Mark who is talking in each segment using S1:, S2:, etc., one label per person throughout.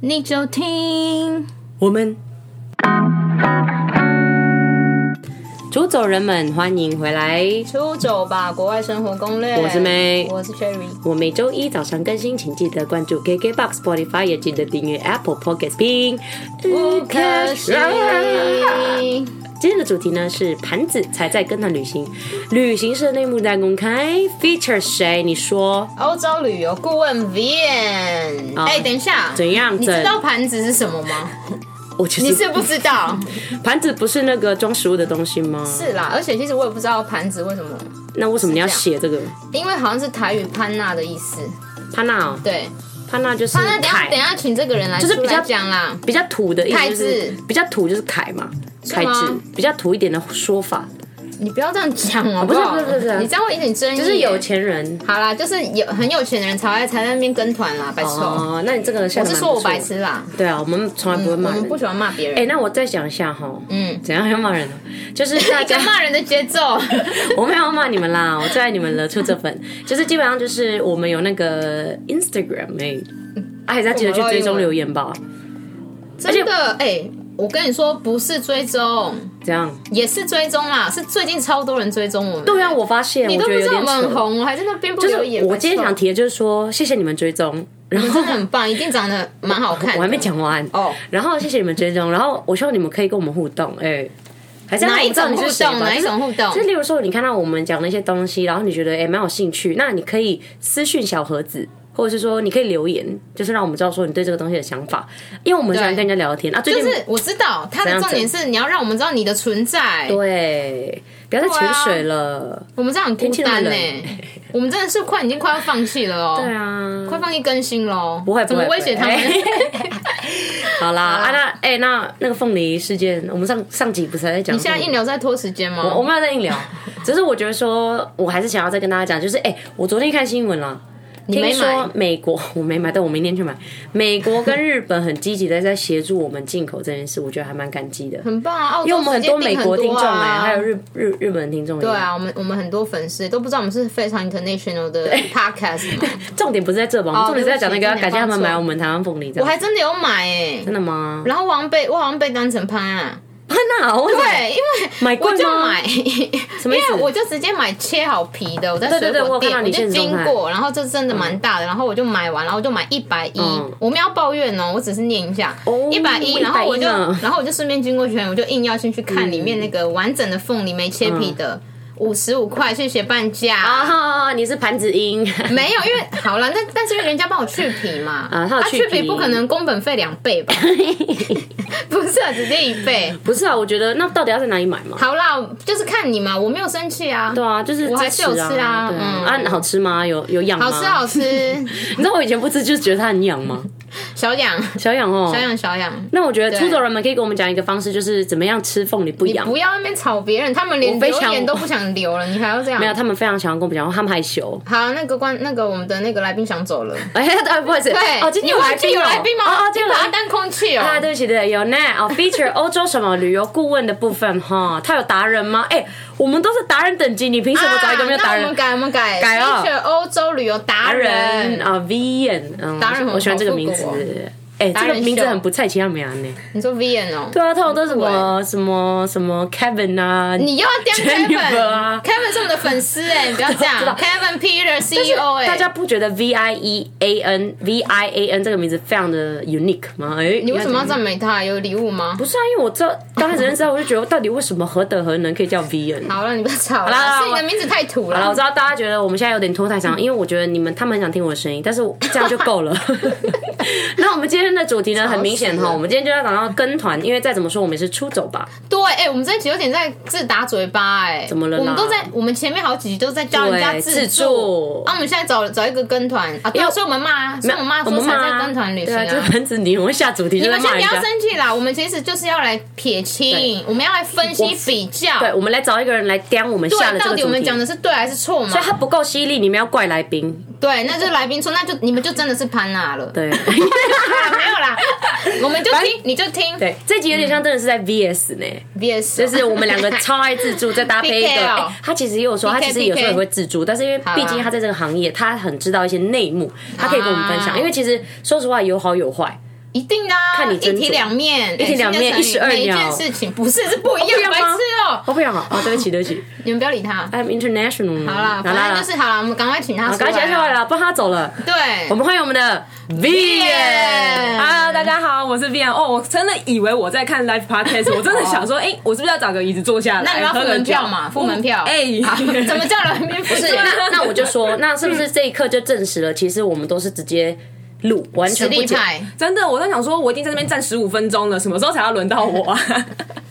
S1: 你就听。
S2: 我们出走人们，欢迎回来。
S1: 出走吧，国外生活攻略。
S2: 我是 May
S1: 我是 Cherry。
S2: 我每周一早上更新，请记得关注 KKBOX、Spotify，也记得订阅 Apple Podcast 并
S1: 不可惜。
S2: 今天的主题呢是盘子才在跟团旅行，旅行社内幕大公开，feature 谁？你说
S1: 欧洲旅游顾问 Vian，哎、
S2: 啊
S1: 等一下，
S2: 怎样
S1: 你知
S2: 怎
S1: 道盘子是什么吗？
S2: 我其
S1: 你
S2: 实
S1: 是不知道，
S2: 盘子不是那个装食物的东西吗？
S1: 是啦。而且其实我也不知道盘子为什么，
S2: 那为什么你要写这个？
S1: 因为好像是台语潘娜的意思。
S2: 帕纳哦，
S1: 对，
S2: 帕纳就是
S1: 潘娜，等一下等一
S2: 凯，
S1: 下请这个人来，
S2: 就是比
S1: 出
S2: 较
S1: 来讲啦。
S2: 比较土的意思就
S1: 凯
S2: 是
S1: 字
S2: 比较土就是凯嘛，凯
S1: 吗
S2: 字比较土一点的说法，
S1: 你不要这样讲哦，
S2: 啊不是
S1: 好好
S2: 不是不是不是
S1: 你这样会引起争议。
S2: 就是有。钱人
S1: 好啦，就是有很有钱的人才会才在那边跟团啦，白痴哦。
S2: 哦。那你这个
S1: 我
S2: 我
S1: 是说我白，痴啦，
S2: 对啊，我们从来不会
S1: 我
S2: 骂
S1: 们
S2: 人
S1: 不。喜欢骂别人。
S2: 哎，那我再讲一下哈，
S1: 嗯，
S2: 怎样要骂人呢？啊就是大
S1: 你
S2: 家
S1: 讲骂人的节奏，
S2: 我没有骂你们啦，我最爱你们了，出这份。就是基本上就是我们有那个 Instagram 哎、啊，还是要记得去追踪留言吧。
S1: 真的哎、我跟你说，不是追踪，
S2: 这样，
S1: 也是追踪啦，是最近超多人追踪我们。
S2: 对啊，我发现
S1: 你
S2: 我
S1: 都
S2: 觉
S1: 不
S2: 得
S1: 知
S2: 有
S1: 道我
S2: 点
S1: 们很
S2: 扯。
S1: 红，还在那边不
S2: 就
S1: 留言。
S2: 是我今天想
S1: 白痴
S2: 提的就是说，谢谢你们追踪，然
S1: 哦
S2: 后
S1: 真的很棒，一定长得蛮好看的。
S2: 我还没讲完
S1: 哦，
S2: 然后谢谢你们追踪，然后我希望你们可以跟我们互动，哎、还是要
S1: 哪一种
S2: 我知道
S1: 互
S2: 你是谁吧
S1: 动？哪一种互动
S2: 就？例如说，你看到我们讲那些东西，然后你觉得哎蛮、有兴趣，那你可以私讯小盒子，或者是说你可以留言，就是让我们知道说你对这个东西的想法，因为我们喜欢
S1: 对
S2: 跟人家聊天啊。最
S1: 就
S2: 近、
S1: 是我知道它的重点是你要让我们知道你的存在。
S2: 对，不要再潜水了。
S1: 我们这样很孤单呢、
S2: 天气那
S1: 我们真的是快已经快要放弃了哦、
S2: 对啊，
S1: 快放弃更新喽。
S2: 不会
S1: 怎么
S2: 不会
S1: 威胁他们？
S2: 好啦啊那哎、那那个凤梨事件，我们上上集不是还在讲凤梨？
S1: 现在硬聊在拖时间吗？
S2: 我们要再硬聊，只是我觉得说，我还是想要再跟大家讲，就是哎、我昨天看新闻了。
S1: 你没
S2: 听说
S1: 买
S2: 美国我没买，但我明天去买。美国跟日本很积极的在协助我们进口这件事，我觉得还蛮感激的，
S1: 很棒啊！澳洲
S2: 因为我们很多美国听众哎、
S1: 哎、
S2: 还有日日日本听众也有。
S1: 对啊，我们我们很多粉丝都不知道我们是非常 international 的 podcast 嘛。
S2: 重点不是在这吧？
S1: 哦
S2: 我们重点是在讲那个
S1: 对
S2: 要
S1: 不起
S2: 感谢他们
S1: 重点放
S2: 买
S1: 错
S2: 我们台湾凤梨这
S1: 我
S2: 样。
S1: 还真的有买 哎、
S2: 真的吗？
S1: 然后我好像被我好像被当成潘啊，
S2: 潘娜，我
S1: 对，因为
S2: 买
S1: 我
S2: 贵
S1: 就
S2: 吗？
S1: 买，因
S2: 么意思
S1: 为我就直接买切好皮的，我在水
S2: 对对对我
S1: 果
S2: 有看
S1: 店
S2: 到
S1: 我
S2: 你
S1: 就
S2: 现
S1: 经
S2: 动态
S1: 过，然后这真的蛮大的，然后我就买完，然后我就买一百一
S2: 嗯，
S1: 我没有抱怨哦，我只是念一下
S2: 哦
S1: 一百一，
S2: 110
S1: 然后我就
S2: 呢
S1: 然后我就顺便经过全，我就硬要进去看里面那个完整的凤梨没切皮的，五十五块，谢谢半价。
S2: 嗯啊，你是盘子音，
S1: 没有，因为好了，但但是因为人家帮我去皮嘛，
S2: 啊他有
S1: 他
S2: 去
S1: 去皮
S2: 皮
S1: 不可能工本费两倍吧？ 不是啊，直接一倍。
S2: 不是啊？我觉得那到底要在哪里买嘛？
S1: 好啦，就是看你嘛，我没有生气啊。
S2: 对啊，就是
S1: 我还是有
S2: 支持
S1: 吃啊
S2: 啊，对
S1: 嗯
S2: 啊，好吃吗？有有养吗？
S1: 好吃啊好吃，
S2: 你知道我以前不吃，就是觉得它很痒 吗？
S1: 小养
S2: 小痒哦
S1: 小。养小养，
S2: 那我觉得出走人们可以给我们讲一个方式，就是怎么样吃凤梨不痒。
S1: 不要那边吵别人，他们连
S2: 我非
S1: 留
S2: 常
S1: 言都不想留了，你还要这样
S2: 没？有，他们非常想要跟我们讲，他们害羞。
S1: 好，那个关那个我们的那个来宾想走了，
S2: 哎，对，不好意思，
S1: 对，
S2: 哦，今天
S1: 你
S2: 有来
S1: 忘记
S2: 宾
S1: 有
S2: 哦
S1: 来宾吗？
S2: 哦，哦今
S1: 你
S2: 天有
S1: 把
S2: 来
S1: 它
S2: 宾。
S1: 当空气哦。
S2: 啊，对不起，对不起，有呢哦，feature 欧洲什么旅游顾问的部分哈，他有达人吗？哎，我们都是达人等级，你凭什么找一个没有达
S1: 啊那我
S2: 人
S1: 们？改，我们改，
S2: 改哦
S1: 去欧洲旅游达
S2: 达人
S1: 人。
S2: 啊，Vian，嗯，
S1: 达人很
S2: 我喜欢这个
S1: 好复
S2: 名
S1: 古
S2: 字
S1: 哦。
S2: 哎、
S1: 达
S2: 这
S1: 人
S2: 个名字
S1: 秀
S2: 很不菜其他啊名人呢。
S1: 你说 Vian 哦？
S2: 对啊，通常都是什么什么什么 Kevin 啊，
S1: 你又要刁
S2: Jennifer 啊
S1: Kevin，Kevin 是我们的粉丝哎， 你不要这样
S2: 知道
S1: ，Kevin Peter
S2: 但是
S1: CEO 哎，
S2: 大家不觉得 V I E A N V I A N 这个名字非常的 unique 吗？哎、
S1: 你为什么要
S2: 这
S1: 赞美他？有礼物吗？
S2: 不是啊，因为我知道刚开始认识他，我就觉得到底为什么何德何能可以叫 Vian？
S1: 好了，你不要吵
S2: 好啦
S1: 了，
S2: 好啦
S1: 是你的名字太土
S2: 好了，我
S1: 了
S2: 知。道大家觉得我们现在有点拖 太长，因为我觉得你们他们很想听我的声音，但是我这样就够了。那我们今天的主题呢，很明显
S1: 吵死
S2: 哈，
S1: 了
S2: 我们今天就要讲到跟团，因为再怎么说我们也是出走吧。
S1: 对，哎、我们这一集有点在自打嘴巴、哎，怎
S2: 么了啦
S1: 我们都在，我们前面好几集都在教人家
S2: 对
S1: 自
S2: 自助
S1: 啊，我们现在找找一个跟团啊，对啊，所以我们骂啊，所以我们骂
S2: 我
S1: 说
S2: 们
S1: 才
S2: 骂啊
S1: 在跟团旅行
S2: 对啊，
S1: 啊
S2: 就。反正你们下主 题
S1: 你
S2: 就在
S1: 们先
S2: 骂
S1: 不
S2: 人
S1: 要
S2: 家
S1: 生。气啦，我们其实就是要来撇清，我们要来分析比较，
S2: 对，我们来找一个人来刁我们下
S1: 对，
S2: 了这
S1: 到
S2: 个
S1: 底我
S2: 主
S1: 们
S2: 题
S1: 讲。的是对还是错嘛
S2: 所以？它不够犀利，你们要怪来宾。
S1: 对，那就来宾说，那就你们就真的是潘娜了，
S2: 对
S1: 没有啦，我们就听，你就听，
S2: 对，这集有点像真的是在 VS 呢，
S1: ，VS，
S2: 就是我们两个超爱自助，再搭 配一个。
S1: PK 哦
S2: 哎他其实也有说，他
S1: PK
S2: 其实有时候也会自助，但是因为
S1: 啊
S2: 毕竟他在这个行业，他很知道一些内幕，他可以跟我们分享。因为其实说实话，有好有坏。
S1: 一定的、啊，
S2: 看你
S1: 一
S2: 斟
S1: 体
S2: 酌
S1: 两面，哎一
S2: 体两面一石二
S1: 每一件
S2: 鸟
S1: 事情不是是不一样，
S2: 样
S1: 哎白
S2: 吗
S1: 痴哦、
S2: 我不想好啊，对不起，对不起
S1: 你们不要理他。
S2: ，I'm international。
S1: 好啦，
S2: 嗯啦
S1: 反
S2: 啦
S1: 正就是好了，我们赶快请他出
S2: 赶快
S1: 来
S2: 接下来
S1: 啊。
S2: 了，不然他走了。
S1: 对，
S2: 我们欢迎我们的 Vian。
S3: Hello，大家好，我是 Vian。哦，我真的以为我在看 live podcast，我真的 想说，哎、我是不是要找个椅子坐下来？
S1: 那你们要付
S3: 喝个
S1: 门
S3: 酒
S1: 票嘛？付门票。
S3: 哎、
S1: 好怎么叫人民不
S2: 是，
S1: 是？
S2: 嗯那那我就说，那是不是这一刻就证实了，其实我们都是直接录，完
S1: 实
S2: 全不
S1: 力
S2: 剪。
S1: 派，
S3: 真的，我在想说，我已经在那边站十五分钟了，什么时候才要轮到 我啊？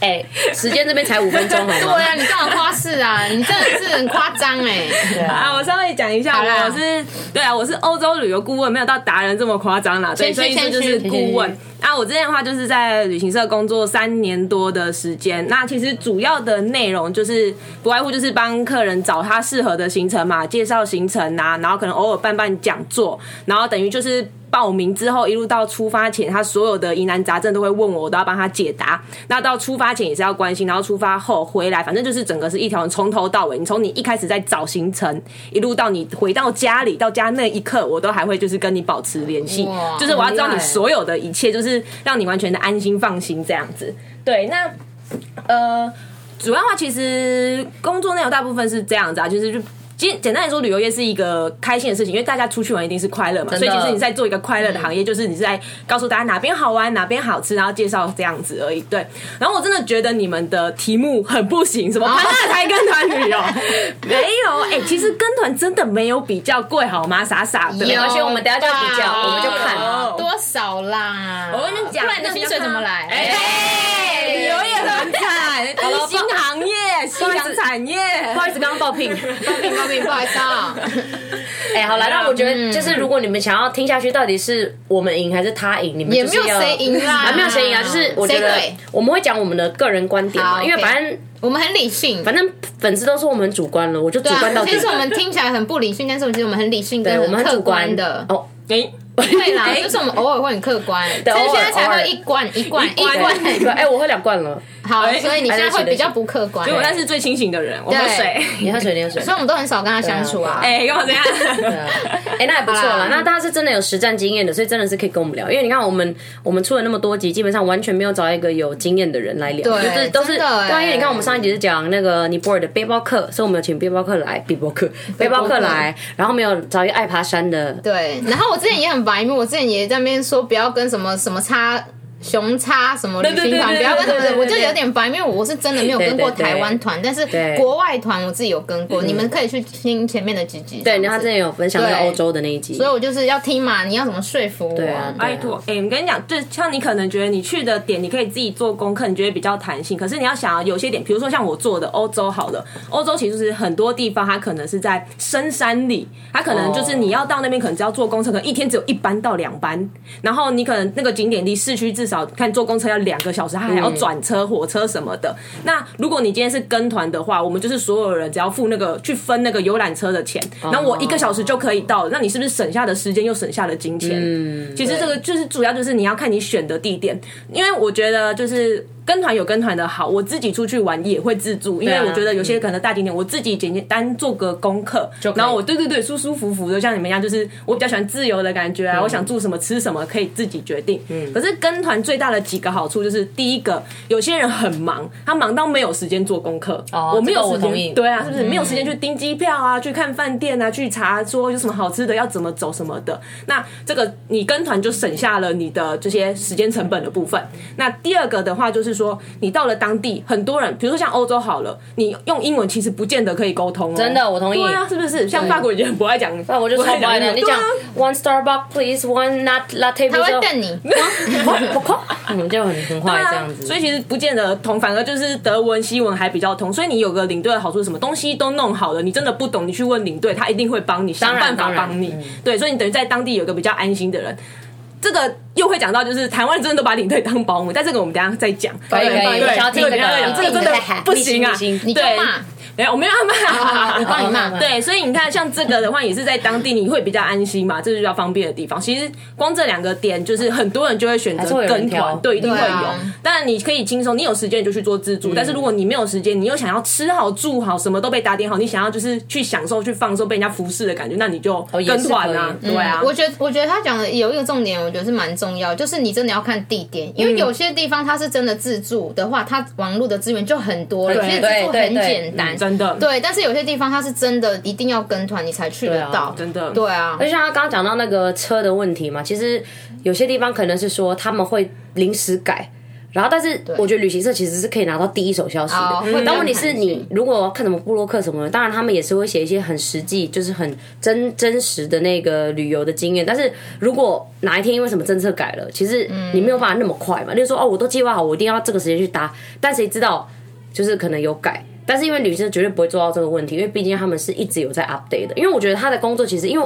S2: 哎、时间这边才五分钟，好 吗？
S1: 对啊，你干嘛夸饰啊？你真的是很夸张哎！
S3: 啊，我稍微讲一下，
S1: 好啦
S3: 我是对啊，我是欧洲旅游顾问，没有到达人这么夸张啦，对，
S1: 谦
S3: 所以
S1: 虚
S3: 这就是
S1: 谦虚
S3: 顾问。啊，我之前的话就是在旅行社工作三年多的时间，那其实主要的内容就是不外乎就是帮客人找他适合的行程嘛，介绍行程啊，然后可能偶尔办办讲座，然后等于就是。报名之后，一路到出发前，他所有的疑难杂症都会问我，我都要帮他解答。那到出发前也是要关心，然后出发后回来，反正就是整个是一条龙，从头到尾。你从你一开始在找行程，一路到你回到家里，到家那一刻，我都还会就是跟你保持联系
S1: 哇，
S3: 就是我要知道
S2: 很
S3: 你
S2: 厉害
S3: 所有的一切，就是让你完全的安心放心这样子。对，那呃，主要的话其实工作内容大部分是这样子啊，就是就。简简单来说，旅游业是一个开心的事情，因为大家出去玩一定是快乐嘛，
S2: 真
S3: 所
S2: 的
S3: 以其实你在做一个快乐的行业，就是你是在告诉大家哪边好玩、哪边好吃，然后介绍这样子而已。对，然后我真的觉得你们的题目很不行，什 么攀二才跟团旅游，没有哎、其实跟团真的没有比较贵好吗？傻傻的，
S2: 没关系
S1: 有
S2: 我们等一下就要比较
S1: 吧
S2: 我们就看
S1: 多少啦。
S3: 我跟你讲
S1: 不然你的薪水怎么来？
S3: 哎旅游业很惨，新行业、新
S2: 意思
S3: 洋产业，
S2: 不好意思，刚刚爆品。
S1: 抱歉抱哎歉，不好意思啊。
S2: 哎、好了，那我觉得就是，如果你们想要听下去，到底是我们赢还是他赢，你们
S1: 也
S2: 就
S1: 没
S2: 是
S1: 有
S2: 要
S1: 谁赢啦
S2: 啊，没有谁赢啊，就是我觉得
S1: 谁对
S2: 我们会讲我们的个人观点
S1: 好
S2: 嘛，因为
S1: OK
S2: 反正
S1: 我们很理性，
S2: 反正粉丝都说我们很主观了，我就主
S1: 对
S2: 观
S1: 啊
S2: 到，底
S1: 其。实我们听起来很不理性，但是我觉得我们很理性
S2: 对，
S1: 跟
S2: 我们很
S1: 客
S2: 主观
S1: 的。
S2: 哦。
S3: 哎，
S1: 对 啦，就是我们偶尔会很客观，所以现在才
S2: 偶尔偶尔
S1: 会一罐一罐一
S3: 一罐
S1: 罐。
S2: 对 哎、我喝两罐了。
S1: 好，所以你现在会比较不客观，
S3: 因为我
S1: 所
S3: 那是最清醒的人，我喝水。
S2: 你喝水，你喝 水。
S1: 以我们都很少跟他相处啊。
S3: 哎，干嘛这样？
S2: 哎、那也不错啦。那大家是真的有实战经验的，所以真的是可以跟我们聊。因为你看，我们我们出了那么多集，基本上完全没有找一个有经验的人来聊，
S1: 对
S2: 就是都是
S1: 真的哎
S2: 对啊。因为你看，我们上一集是讲那个尼泊尔的背包客，所以我们有请背包客来，背包客背包客来，然后没有找一个爱爬山的，
S1: 对，然后我之前也很白目，我之前也在那边说不要跟什么什么叉熊叉什么旅行团，
S3: 对对对对
S1: 不要跟什么
S3: 对对
S1: 的，
S3: 对
S1: 我就有点白目，因为我是真的没有跟过
S2: 对对对
S1: 台湾团，但是
S2: 对
S1: 国外团我自己有跟过，你们可以去听前面的几集。
S2: 对，
S1: 这
S2: 然
S1: 样子
S2: 后他之前有分享那个
S1: 对
S2: 欧洲的那一集，
S1: 所以我就是要听嘛，你要怎么说服我？
S2: 对啊
S3: 拜托，哎、我跟你讲，就是像你可能觉得你去的点，你可以自己做功课，你觉得比较弹性。可是你要想啊，有些点，比如说像我做的欧洲好了，欧洲其实是很多地方它可能是在深山里，它可能就是你要到那边，可能只要坐公车，可能一天只有一班到两班，然后你可能那个景点离市区至少看坐公车要两个小时，它还要转车、火车什么的。那如果你今天是跟团的话，我们就是所有人只要付那个去分那个游览车的钱，然后我一个小时就可以到了，那你是不是省下的时间又省下了金钱？其实这个就是主要就是你要看你选的地点，因为我觉得就是跟团有跟团的好，我自己出去玩也会自助，因为
S2: 啊
S3: 我觉得有些可能大景点我自己简简单做个功课，
S2: 可以
S3: 然后我对对对舒舒服服的像你们一样，就是我比较喜欢自由的感觉啊，
S2: 嗯
S3: 我想住什么吃什么可以自己决定。可是跟团最大的几个好处就是第一个，有些人很忙，他忙到没有时间做功课，
S2: 哦
S3: 我没有
S2: 这个我
S3: 时
S2: 同意
S3: 间，对啊，是不是没有时间去订机票啊，去看饭店啊，去查说有什么好吃的，要怎么走什么的。那这个你跟团就省下了你的这些时间成本的部分。那第二个的话就是说，你到了当地，很多人，比如说像欧洲好了，你用英文其实不见得可以沟通哦。
S2: 真的我同意
S3: 对啊，是不是？像法国也很不爱讲，
S2: 那我就超不爱的。
S3: 英文
S2: 你讲
S3: 对啊
S2: one Starbucks please one nut latte，
S1: 他会瞪你。
S3: 啊
S2: 我们就很很坏这样
S3: 对
S2: 子。
S3: 啊。所以其实不见得通，反而就是德文、西文还比较通。所以你有个领队的好处，是什么东西都弄好了，你真的不懂，你去问领队，他一定会帮你想
S2: 然
S3: 办法
S2: 当然
S3: 帮你。对，所以你等于在当地有个比较安心的人。这个又会讲到，就是台湾真的都把领队当保姆，但这个我们等一下再讲。
S2: 可以可以
S3: 对
S2: 想要听
S3: 对
S2: 这个
S3: 对对这个真的不行啊
S2: 你！
S1: 你干嘛？
S3: 等一下我没有
S1: 好
S3: 骂，
S1: 好我帮你骂
S3: 对，所以你看，像这个的话，也是在当地你会比较安心嘛，这就叫方便的地方。其实光这两个点，就是很多人就会选
S2: 还是
S3: 择
S2: 会有人
S3: 跟
S2: 挑
S3: 团，对，一定会
S1: 对啊
S3: 有。当然你可以轻松，你有时间你就去做自助，但是如果你没有时间，你又想要吃好住好，什么都被打点好，你想要就是去享受、去放松被人家服侍的感觉，那你就
S2: 也是
S3: 跟团啊，
S2: 可以
S3: 对啊。
S1: 嗯我觉得，我觉得他讲的有一个重点，我觉得是蛮重要，就是你真的要看地点，
S2: 嗯
S1: 因为有些地方它是真的自助的话，它网络的资源就很多了，
S2: 对
S1: 其实自助
S2: 对
S1: 很
S2: 对嗯对
S1: 简单，
S3: 真的
S1: 对。但是有些地方它是真的一定要跟团你才去得到，
S3: 真的
S1: 对啊
S2: 而。且像他刚刚讲到那个车的问题嘛，其实有些地方可能是说他们会临时改。然后，但是我觉得旅行社其实是可以拿到第一手消息
S1: 哦会
S2: 的。但问题是
S1: 更弹
S2: 你
S1: 性
S2: 如果看什么布洛克什么的，当然他们也是会写一些很实际，就是很真真实的那个旅游的经验。但是如果哪一天因为什么政策改了，其实你没有办法那么快嘛。例如说，哦，我都计划好，我一定要这个时间去搭，但谁知道就是可能有改。但是因为旅行社绝对不会做到这个问题，因为毕竟他们是一直有在 update 的。因为我觉得他的工作其实，因为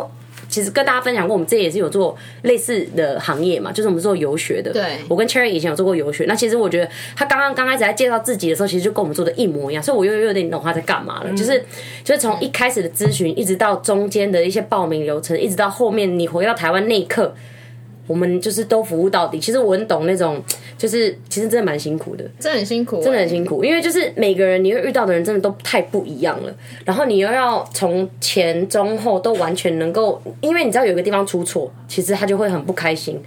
S2: 其实跟大家分享过，我们之前也是有做类似的行业嘛，就是我们做游学的。
S1: 对
S2: 我跟 Cherry 以前有做过游学。那其实我觉得他刚刚刚开始在介绍自己的时候，其实就跟我们做的一模一样，所以我又有点懂他在干嘛了。就是就是从一开始的咨询，一直到中间的一些报名流程，一直到后面你回到台湾那一刻。我们就是都服务到底。其实我很懂那种，就是其实真的蛮辛苦的。
S1: 这很辛苦欸、
S2: 真的很辛苦，因为就是每个人你会遇到的人真的都太不一样了，然后你又要从前中后都完全能够，因为你知道有一个地方出错，其实他就会很不开心，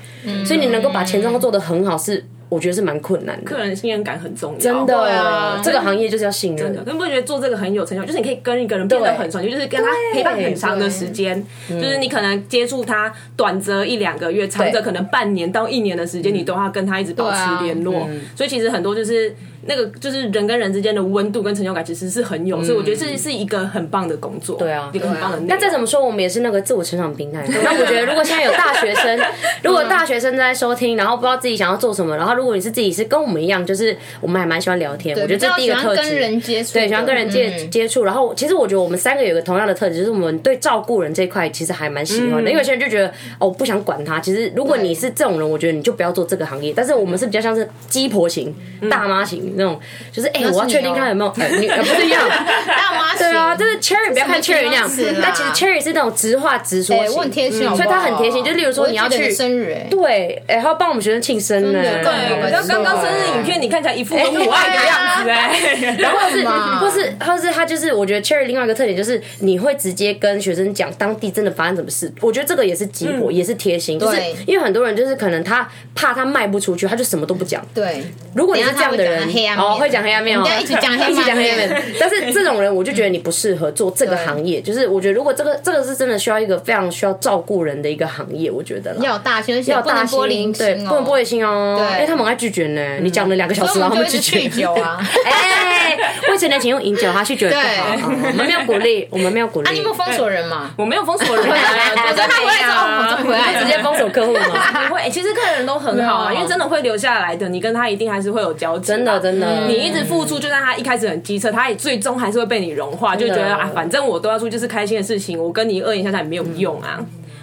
S2: 所以你能够把前中后做得很好是。我觉得是蛮困难的，
S3: 个人信任感很重要，
S2: 真的，
S1: 对啊
S2: 这个行业就是要信任
S3: 真的，。跟不觉得做这个很有成就，就是你可以跟一个人变得很熟，就是跟他陪伴很长的时间，就是你可能接触他短则一两个月，长则可能半年到一年的时间，你都要跟他一直保
S1: 对啊
S3: 持联络。所以其实很多就是那个就是人跟人之间的温度跟成就感其实是很有，所以我觉得这是一个很棒的工作，对
S2: 啊
S3: 一个很棒的内容。
S2: 那再怎么说，我们也是那个自我成 长平台。那我觉得，如果现在有大学生，如果大学生在收听，然后不知道自己想要做什么，然后如果你是自己是跟我们一样，就是我们还蛮喜欢聊天。我觉得
S1: 比
S2: 这
S1: 较
S2: 第一
S1: 喜
S2: 个
S1: 欢
S2: 特质，
S1: 跟人接触的，
S2: 对，喜欢跟人接、
S1: 嗯
S2: 接触。然后，其实我觉得我们三个有一个同样的特质，就是我们对照顾人这一块其实还蛮喜
S1: 嗯
S2: 欢的。因为有些人就觉得哦，我不想管他。其实如果你是这种人，我觉得你就不要做这个行业。但是我
S1: 嗯
S2: 们是比较像是鸡婆型、大妈型那种，就是哎、我要确定
S1: 哦
S2: 他有没有，哎你呃不是 一样。
S1: 大妈型
S2: 对啊，就是 Cherry 不要看
S1: 这是
S2: Cherry 那样
S1: 什么意思，啦
S2: 但其实 Cherry 是那种直话直说
S1: 哎，
S2: 型，
S1: 我很贴心好不好，
S2: 嗯所以他很贴心。就例如说你要
S1: 我会记得
S2: 去
S1: 你生日，哎，
S2: 对，哎，还要帮我们学生庆生呢，
S1: 真的
S3: 对，你知道刚刚生日影片，你看起来一副很可爱的样子哎、然后
S2: 或是
S1: 嘛
S2: 或是或是他就是，我觉得 Cherry 另外一个特点就是，你会直接跟学生讲当地真的发生什么事。我觉得这个也是急迫，也是贴心，就
S1: 嗯
S2: 是
S1: 对
S2: 因为很多人就是可能他怕他卖不出去，他就什么都不讲。
S1: 对，
S2: 如果你是这样的人
S1: 等一下，他
S2: 哦，会
S1: 会
S2: 讲
S1: 讲
S2: 黑暗面
S1: 我
S2: 哦，
S1: 们要一起讲黑暗面
S2: 一起讲黑暗面。但是这种人，我就觉得你不适合做这个行业。就是我觉得，如果这个这个是真的需要一个非常需要照顾人的一个行业，我觉得啦
S1: 要有大心，而且
S2: 要
S1: 不能
S2: 大心
S1: 玻璃
S2: 对，
S1: 心哦，
S2: 不能玻璃心哦，
S1: 对
S2: 因为他们很爱拒绝呢。你讲了两个小时，
S1: 所以
S2: 然
S1: 我
S2: 后
S1: 们
S2: 他
S1: 就
S2: 们拒
S1: 一直酗
S2: 绝
S1: 酒 啊。
S2: 哎，未成年请用饮酒，他去酒更好。
S1: 对
S2: 好我们没有鼓励，我们没有鼓励。
S1: 啊，你们封锁人嘛？
S3: 我没有封锁人、啊，
S1: 我说
S3: 我说
S1: 他
S3: 他
S1: 回
S3: 回
S1: 来之
S3: 来之
S1: 后，
S3: 后，
S1: 我终于回来了，
S2: 直接封锁客户吗？
S3: 不会、欸其实个人都很好啊，
S1: 对啊
S3: 因为真的会留下来的，你跟他一定还是会有交集。
S2: 真的，真的，
S3: 你一直付出，就算他一开始很机车，他也最终还是会被你融化，就觉得啊，反正我都要做，就是开心的事情，我跟你恶言相向也没有用啊。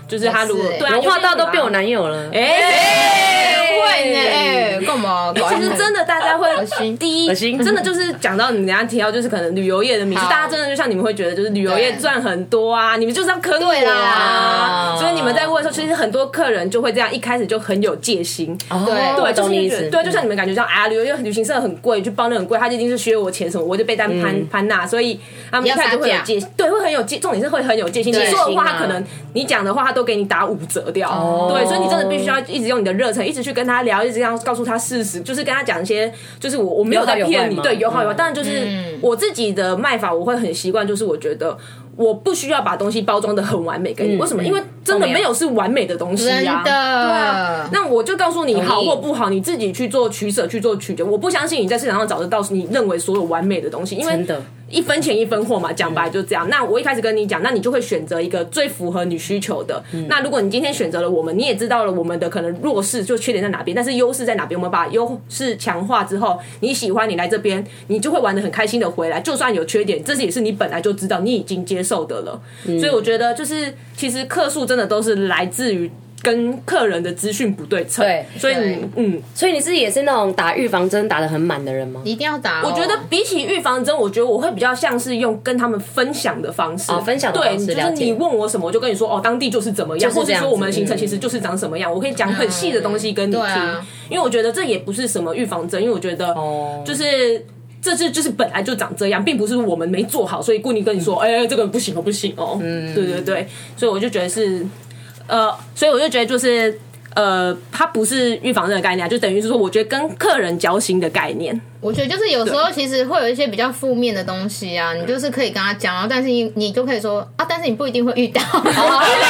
S3: 就是他如果
S1: 也是欸
S3: 对啊
S2: 融化到都变
S3: 变
S2: 我男友了。
S3: 哎。
S1: 不会呢，哎，干嘛？
S3: 其实真的，大家会
S1: 心
S3: 第一，
S2: 恶心
S3: 真的就是讲到你人家提到，就是可能旅游业的迷思，
S1: 好
S3: 大家真的就像你们会觉得，就是旅游业
S1: 对
S3: 赚很多啊，你们就是要坑
S1: 对
S3: 我
S1: 啦
S3: 啊，所以你们在问的时候，其实很多客人就会这样，一开始就很有戒心，
S2: 哦
S1: 对
S2: 我
S3: 对，就是
S2: 懂你意
S3: 觉得
S2: 思。
S3: 对，就像你们感觉像啊，旅游业旅行社很贵，去报那很贵，他就一定是削我钱什么，我就被
S2: 嗯
S3: 单攀、攀那，所以他们一开始就会有戒，对，会很有戒，重点是会很有戒心。你
S1: 对
S3: 说的话，
S2: 戒心啊
S3: 他可能你讲的话，他都给你打五折掉。
S2: 哦
S3: 对，所以你真的必须要一直用你的热忱，一直去跟他聊，一直这样告诉他事实，就是跟他讲一些，就是我我没有在
S2: 有好有坏
S3: 骗你，
S2: 吗
S3: 对，有好有
S2: 嗯
S3: 坏。当然就是我自己的卖法，我会很习惯，就是我觉得。我不需要把东西包装的很完美给你，为什么？因为真的
S2: 嗯都没有
S3: 没有是完美的东西呀、
S1: 真的
S3: 对
S2: 嗯
S3: 啊，那我就告诉你好或不好，你自己去做取舍，去做取决。我不相信你在市场上找得到你认为所有完美的东西，因为
S2: 真的
S3: 一分钱一分货嘛，讲白就这样。那我一开始跟你讲，那你就会选择一个最符合你需求的。那如果你今天选择了我们，你也知道了我们的可能弱势就缺点在哪边，但是优势在哪边，我们把优势强化之后，你喜欢你来这边，你就会玩的很开心的回来。就算有缺点，这是也是你本来就知道，你已经接受的了。所以我觉得就是其实客数真的都是来自于。跟客人的资讯不对称。
S2: 对
S3: 所以你
S1: 对
S3: 嗯，
S2: 所以你是也是那种打预防针打的很满的人吗？
S1: 一定要打哦、
S3: 我觉得比起预防针，我觉得我会比较像是用跟他们分享的方式，
S2: 哦分享的方式
S3: 对，就
S2: 了
S3: 是
S2: 解
S3: 你问我什么，我就跟你说哦，当地就是怎么
S2: 就
S3: 样，
S2: 是这
S3: 或者
S2: 样子
S3: 说我们的行程其实就是长什么样，我可以讲很细的东西跟
S1: 嗯
S3: 你听，
S1: 对啊
S3: 因为我觉得这也不是什么预防针，因为我觉得
S2: 哦
S3: 就是。这是就是本来就长这样，并不是我们没做好，所以故意跟你说，哎、
S2: 嗯
S3: 这个不行哦，不行哦，嗯，对对对，所以我就觉得是，呃，所以我就觉得就是，呃，它不是预防针的概念啊，就等于是说，我觉得跟客人交心的概念，
S1: 我觉得就是有时候其实会有一些比较负面的东西啊，你就是可以跟他讲，然啊后但是你你就可以说啊，但是你不一定会遇到。哦我
S3: 是这样吗？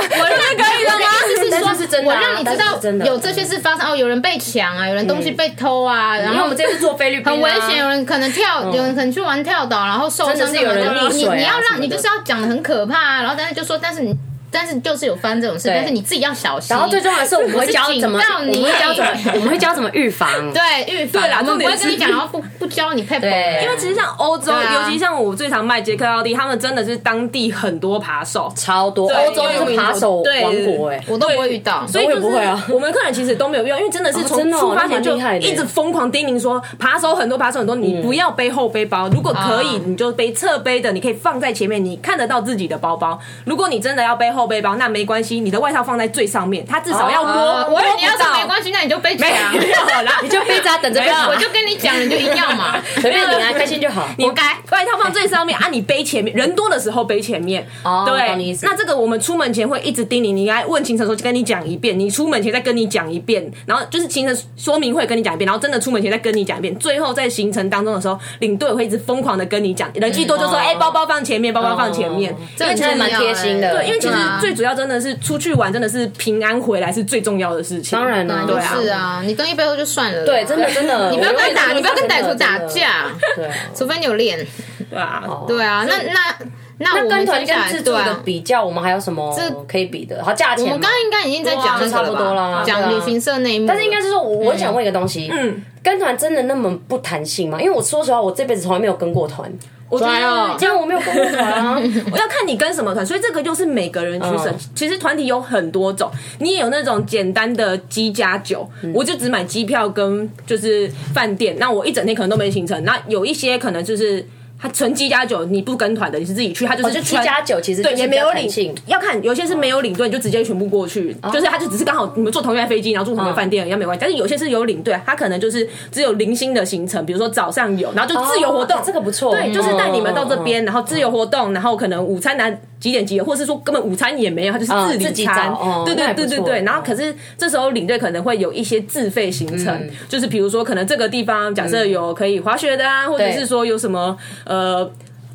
S3: 我是可以的吗？
S1: 的意思
S2: 但是
S1: 说，
S2: 是真的
S1: 我
S2: 啊
S1: 让你知
S2: 但是是真
S1: 道
S2: 的
S1: 有这些事发生哦，有人被抢啊，有人东西被偷啊，然
S2: 因为
S1: 后
S2: 我们这次做菲律宾、啊，嗯
S1: 很危险，有人可能跳，有人可能去玩跳岛，然后受伤
S2: 真的是有人
S1: 干嘛的
S2: 溺
S1: 你
S2: 水啊
S1: 你要
S2: 什么
S1: 让
S2: 的
S1: 你就是要讲的很可怕啊，然后但是就说，但是你。但是就是有发生这种事，
S2: 对
S1: 但是你自己要小心。
S2: 然后最重要的是，我们会教怎么，
S1: 我是警
S2: 我
S1: 告你
S2: 们会教怎么，我们会教怎么预防。
S1: 对预防。
S3: 对啦
S1: 我们
S3: 重
S1: 不
S3: 点
S1: 会
S3: 是
S1: 跟你讲，然后不不教你配
S2: 对
S1: 因
S3: 因为其实像欧洲，
S1: 对啊
S3: 尤其像我最常卖捷克奥地，他们真的是当地很多扒手。
S2: 超多，
S3: 对
S2: 欧洲就是扒手
S3: 对
S2: 王国哎、
S1: 我都不会遇到，
S3: 所以
S2: 我
S3: 就
S2: 也
S3: 是
S2: 不会啊
S3: 我们客人其实都没有用，因为真的是
S2: 哦真
S3: 从
S2: 的哦
S3: 出发前就
S2: 那蛮厉害的欸嗯
S3: 一直疯狂叮咛说，扒手很多，扒手很多，你不要背后背包，如果可以
S1: 啊，
S3: 你就背侧背的，你可以放在前面，你看得到自己的包包。如果你真的要背后背包，那没关系，你的外套放在最上面，它至少
S2: 哦
S3: 要摸
S1: 呃我
S3: 摸
S1: 我以为你要
S3: 不
S1: 说
S3: 到。
S1: 没关系，那你就被抢。
S3: 没有啦，
S2: 你就闭着等着被
S3: 没
S1: 啊我
S2: 抢，
S1: 就跟你讲，你就一定要 嘛。
S2: 随便你啊，开心就好。
S1: 活该。
S3: 外套放最 上面啊，你背前面，人多的时候背前面。
S2: 哦我懂你意
S3: 对
S2: 思，
S3: 那这个我们出门前会一直叮咛，你该问行程的时候就跟你讲一遍，你出门前再跟你讲一遍，然后就是行程说明会跟你讲一遍，然后真的出门前再跟你讲一遍，最后在行程当中的时候，领队会一直疯狂的跟你讲，人一多就说，
S2: 哦
S3: 哎、包包放前面，包包放哦前面。
S1: 这很
S2: 其实蛮
S1: 重要
S2: 贴心的
S1: 欸
S3: 对，因为其实
S1: 对啊
S3: 最主要真的是出去玩，真的是平安回来是最重要的事情。
S2: 当然啦、
S1: 对
S3: 对
S1: 啊，
S3: 啊
S1: 是啊，你跟一背后就算了啦。
S2: 对，真的真的，
S1: 你不要跟打，
S2: 我
S1: 你不要跟歹徒打。架，
S2: 真的真的对啊，
S1: 除非你有练。
S3: 对啊，
S2: 哦
S1: 对啊，那那那
S2: 那
S1: 我们
S2: 跟团
S1: 接下
S2: 跟
S1: 来
S2: 自助
S1: 对
S2: 的
S1: 啊。
S2: 比较，我们还有什么可以比的？好，价钱
S1: 我
S2: 嘛。
S1: 们刚刚应该已经在讲那个
S2: 对啊差不多
S1: 了
S2: 啦
S1: 吧，
S2: 对啊
S1: 讲旅行社那一幕了，
S2: 但是应该是说，我我想问一个东西，嗯
S3: 嗯，
S2: 跟团真的那么不弹性吗？因为我说实话，我这辈子从来没有跟过团，
S3: 我觉
S1: 对啊
S3: 得
S2: 因为我没有跟过 团啊。
S3: 我要看你跟什么团，所以这个就是每个人取舍。
S2: 嗯
S3: 其实团体有很多种，你也有那种简单的机加酒，
S2: 嗯
S3: 我就只买机票跟就是饭店，那我一整天可能都没行程。那有一些可能就是。他纯机加酒，你不跟团的，你是自己去，他就
S2: 哦
S3: 是
S2: 就
S3: 穿
S2: 机加酒其实
S3: 对
S2: 就是
S3: 也没有
S2: 比较弹
S3: 领
S2: 性，哦
S3: 要看有些是没有领队，你就直接全部过去，就是他就只是刚好你们坐同一班飞机，然后住同一个饭店，也没关系。但是有些是有领队，他可能就是只有零星的行程，比如说早上有，然后就自由活动
S2: 哦，这个不错
S3: 对，就是带你们到这
S2: 嗯嗯嗯
S3: 边。然后自由活动，然后可能午餐拿几点几点，或是说根本午餐也没有，他就是
S2: 嗯
S3: 自
S2: 自
S3: 理
S2: 己
S3: 餐
S2: 找哦，
S3: 对
S2: 那也
S3: 对
S2: 不
S3: 对对
S2: 错
S3: 对。然后可是这时候领队可能会有一些自费行
S2: 嗯
S3: 程，就是比如说可能这个地方假设有可以滑雪的啊，或者
S2: 对
S3: 是说有什么呃。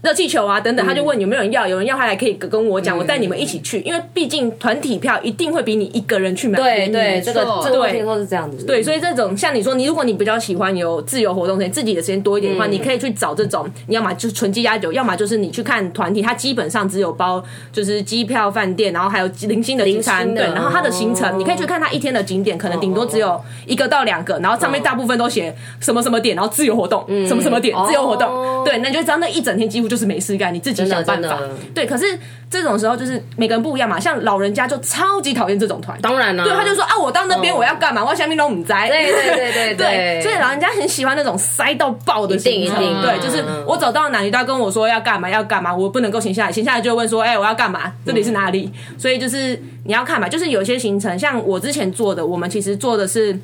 S3: 热气球啊，等
S2: 嗯
S3: 等，他就问有没有人要，有人要，他还可以跟我讲，我带你们一起去，因为毕竟团体票一定会比你一个人去买
S2: 对
S3: 便宜
S2: 对，这个
S1: 错
S2: 这个我
S3: 对
S2: 听说是这样子。
S3: 对，所以这种像你说，你如果你比较喜欢有自由活动时间，自己的时间多一点的话，
S2: 嗯
S3: 你可以去找这种，你要么就是纯机加酒，要么就是你去看团体，它基本上只有包就是机票、饭店，然后还有零星的聚餐，
S2: 零星的
S3: 对，然后它的行程，
S2: 哦
S3: 你可以去看它一天的景点，可能顶多只有一个到两个，然后上面大部分都写什么什么点，然后自由活动，什么什么点
S2: 嗯哦
S3: 自由活动，对，那你就知道那一整天几乎就是没事干，你自己想办
S2: 真的
S3: 法
S2: 真的。
S3: 对，可是这种时候就是每个人不一样嘛，像老人家就超级讨厌这种团，
S2: 当然啦、
S3: 对，他就说啊，我到那边我要干嘛？我下面弄唔摘。
S2: 嗯哦对对 对对对
S3: 对，所以老人家很喜欢那种塞到爆的行程
S2: 一定一定嗯
S3: 对，就是我走到哪里，他跟我说要干嘛要干嘛，我不能够停下来，停下来就问说，哎、我要干
S2: 嗯
S3: 嘛？这里是哪里？所以就是你要看嘛，就是有些行程，像我之前做的，我们其实做的是。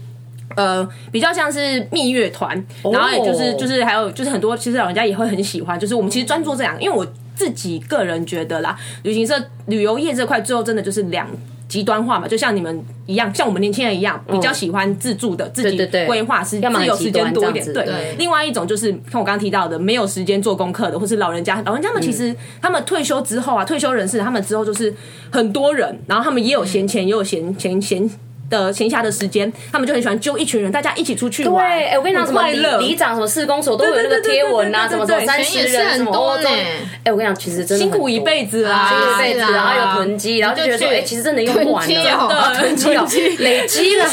S3: 呃，比较像是蜜月团，
S2: 哦
S3: 然后也就是就是还有就是很多，其实老人家也会很喜欢。就是我们其实专做这两个，因为我自己个人觉得啦，旅行社旅游业这块最后真的就是两极端化嘛，就像你们一样，像我们年轻人一样，比较喜欢自助的，自己
S2: 嗯对对
S3: 规划是
S2: 要么很
S3: 自由时间多一
S2: 极
S3: 点。
S2: 端这样
S3: 对
S2: 子，
S1: 对
S3: 另外一种就是像我刚刚提到的，没有时间做功课的，或是老人家，老人家们
S2: 嗯
S3: 其实、他们退休
S2: 嗯
S3: 之后啊，退休人士他们之后就是很多人，然后他们也有闲钱，也有闲钱闲。的闲暇的时间，他们就很喜欢揪一群人，大家一起出去
S2: 对，
S3: 玩，
S2: 哎、我跟你讲，
S3: 很
S2: 什么
S3: 快
S2: 里
S3: 乐
S2: 里长什么市公所都有那个贴文啊，什
S3: 对
S2: 么
S3: 对对对对对
S2: 什么
S3: 对
S2: 三
S1: 钱
S2: 十
S1: 也是
S2: 人什
S1: 很
S2: 么
S1: 多
S2: 欧
S1: 呢
S2: 洲。哎，我跟你讲，其实真的
S3: 辛苦
S2: 很
S3: 一
S2: 多
S3: 辈子啦，
S1: 辛苦
S2: 一辈子，
S1: 是啊
S2: 然后有囤积，然后就觉得说，
S1: 就去
S2: 哎，其实真的用不完
S1: 囤积
S2: 了
S1: 哦，
S2: 啊囤积哦
S3: 囤积，
S2: 累积了，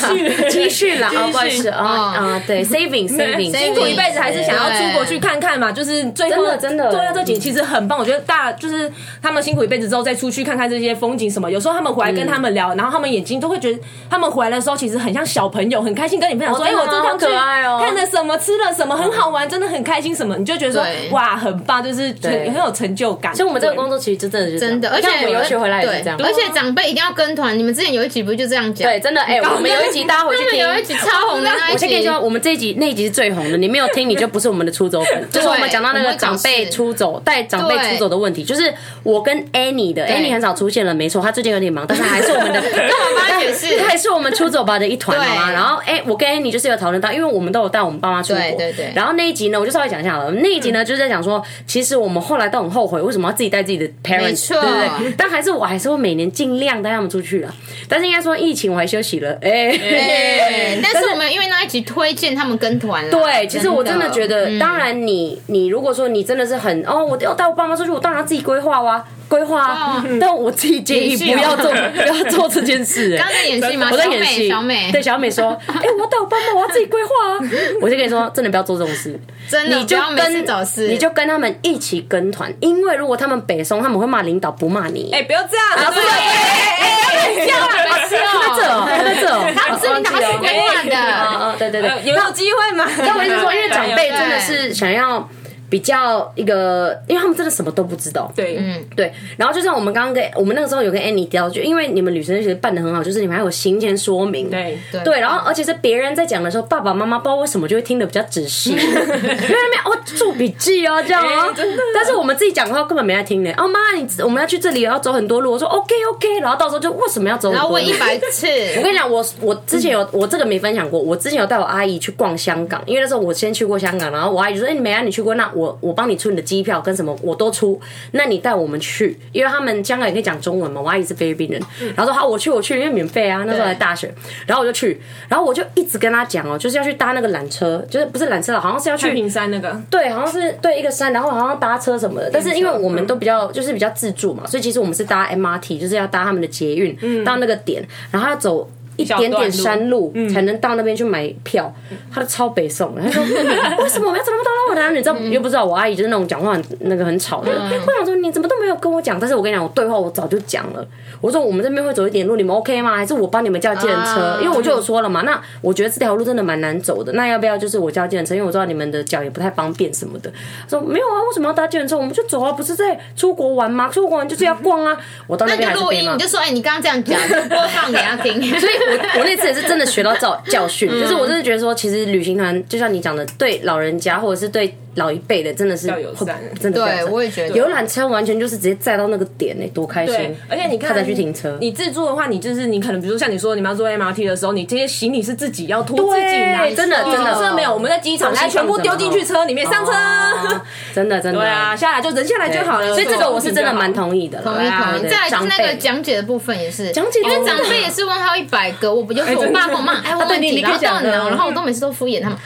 S2: 积蓄了，啊，不好意思啊
S1: 嗯
S2: 啊，对，saving saving，
S3: 辛苦一辈子还是想要出国去看看嘛，就是最后
S2: 真的真的
S3: 对啊，这景其实很棒。我觉得大就是他们辛苦一辈子之后再出去看看这些风景什么，有时候他们回来跟他们
S2: 嗯
S3: 聊，然后他们眼睛都会觉得，他们回来的时候其实很像小朋友，很开心跟你分享说，
S2: 哦
S3: 哎，
S2: 真的吗
S3: 我这趟去
S2: 好可爱哦
S3: 看了什么，吃了什么，很好玩，真的很开心什么，你就觉得
S1: 对
S3: 说哇，很棒，就是很
S2: 对
S3: 很有成就感。
S2: 所以我们这个
S3: 对
S2: 工作其实就真的是这样
S1: 真的，而且
S2: 像我们游学回来也
S1: 对，
S2: 是这样，啊
S1: 而且长辈一定要跟团。你们之前有一集不就这样讲？
S2: 对，，真的，哎，我们有一集大家回去
S1: 他们
S2: 听，
S1: 有一集超红的那一集
S2: 我先跟你说，我们这一集那一集是最红的，你没有 听你就不是我们的出走粉。就是我们讲到那
S1: 我
S2: 个
S1: 们讲
S2: 长辈
S1: 是
S2: 出走带长辈
S1: 对
S2: 出走的问题，就是我跟 Annie 的
S1: 对
S2: Annie 很少出现了，没错，她最近有点忙，但是还是我们的，
S1: 我帮你解释
S2: 她还是我们出走吧的一团，
S1: 对
S2: 好吗？然后哎、我跟 Annie 就是有讨论到，因为我们都有带我们爸妈出国，
S1: 对对嗯对
S2: 然后那一集呢，我就稍微讲一下好了，那一集呢就是在讲说，其实我们后来都很后悔，为什么要自己带自己的 parents，
S1: 没错
S2: 对不对？但还是我还是会每年尽量带他们出去了，但是应该说疫情我还休息 了，哎、
S1: 对，但是我们因为那一集推荐他们跟团啦啊
S2: 对，其实我真的觉得，
S1: 嗯
S2: 当然你你如果说你真的是很哦，我要带我爸妈出去，我当然要自己规划啊，规划啊。
S1: 哦
S2: 但我自己建议
S1: 也是哦
S2: 不要做不要做这件事。
S1: 刚 刚
S2: 哎
S1: 在演戏吗？
S2: 我在
S1: 小
S2: 演戏，
S1: 美，小美，
S2: 对小 美说：“哎，我要带我爸妈，我要自己规划啊。”我就跟你说，真的不要做这种事，
S1: 真的
S2: 你就
S1: 不要没事
S2: 跟
S1: 找事
S2: 你就跟他们一起跟团，因为如果他们北松，他们会骂领导，不骂你。
S3: 哎，不要这样，
S2: 不是哎
S1: 这样啊，白痴
S2: 他在这哦，
S1: 哦，
S2: 他在这哦，
S1: 他不是领导，他是规划
S2: 啊
S1: 的，
S2: 啊，对对对，
S3: 有没有机会嘛？
S2: 但我一直说，因为长辈真的是想要比较一个，因为他们真的什么都不知道。
S3: 对，
S2: 对，嗯然后就像我们刚刚跟我们那个时候有跟 Annie 聊，就因为你们女生其实办的很好，就是你们还有行前说明。
S3: 对
S1: 对
S2: 对，然后而且是别人在讲的时候，爸爸妈妈不知道为什么就会听得比较仔细，因为那边哦做笔记哦这 样
S1: 哎
S2: 哦，但是我们自己讲的话根本没在听呢。哦妈，你我们要去这里要走很多路，我说 OK OK，然后到时候就为什么要走很
S1: 然
S2: 多
S1: 后
S2: 路？
S1: 问一百 次，
S2: 我跟你讲，我我之前有我这个没分享过，我之前有带我阿姨去逛香港，因为那时候我先去过香港，然后我阿姨就说：“哎、你梅安你去过，那我我帮你出你的机票跟什么我都出，那你带我们去，因为他们香港也可以讲中文嘛，我阿姨是菲律宾人，然后说好我去我去，因为免费啊，那时候还大学，然后我就去，然后我就一直跟他讲哦、就是要去搭那个缆车，就是不是缆车了，好像是要去
S3: 太平山那个，
S2: 对，好像是对一个山，然后好像搭车什么的。但是因为我们都比较就是比较自助嘛，所以其实我们是搭 MRT，就是要搭他们的捷运、到那个点，然后要走。嗯一点点山路才能到那边去买票，他的超北宋的。他说为什么我们要怎么到那么难？你知道又不知道我阿姨就是那种讲话很那个很吵的。我想说你怎么都没有跟我讲，但是我跟你讲，我对话我早就讲了。我说我们这边会走一点路，你们 OK 吗？还是我帮你们叫计程车
S1: 啊？
S2: 因为我就有说了嘛，那我觉得这条路真的蛮难走的，那要不要就是我叫计程车？因为我知道你们的脚也不太方便什么的。他说没有啊，为什么要搭计程车？我们就走啊，不是在出国玩吗？出国玩就是要逛啊。我到那
S1: 那
S2: 边还
S1: 就是录
S2: 被
S1: 音，
S2: 骂
S1: 你。就说，哎，你刚刚这样讲，就播放给他听，
S2: 所以我我那次也是真的学到 教教训，
S1: 嗯
S2: 就是我真的觉得说，其实旅行团就像你讲的，对老人家或者是对老一辈的，真的是
S3: 要友善
S2: 真的
S1: 对我也觉得
S2: 游览车完全就是直接载到那个点呢，多开
S3: 对
S2: 心！，
S3: 而且你看，
S2: 他再去停车，
S3: 你自助的话，你就是你可能，比如说像你说你们要坐 MRT 的时候，你这些行李是自己要拖自
S2: 对
S3: 己拿，
S2: 真的真的
S3: 真的没有，我们在机场
S2: 放心
S3: 来全部
S2: 放着
S3: 丢进去车里面上车。
S2: 啊 真的真的
S3: 哦对啊，下来就人下来就好了。
S2: 所以这个我是真的蛮
S3: 同。
S2: 同哦意的啦，
S1: 同意同意。啊
S2: 对
S1: 再来就是那
S2: 长
S1: 个
S2: 辈
S1: 讲解的部分也是，
S2: 讲解
S1: 因为
S2: 真的
S1: 长辈也是问号一百个，我不就是我爸跟我妈，哎，我
S2: 啊对
S1: 问
S2: 你
S1: 题，
S2: 你
S1: 然
S2: 可
S1: 后
S2: 以
S1: 到
S2: 讲
S1: 你
S2: 的
S1: 了，然后我都每次都敷衍他们，啊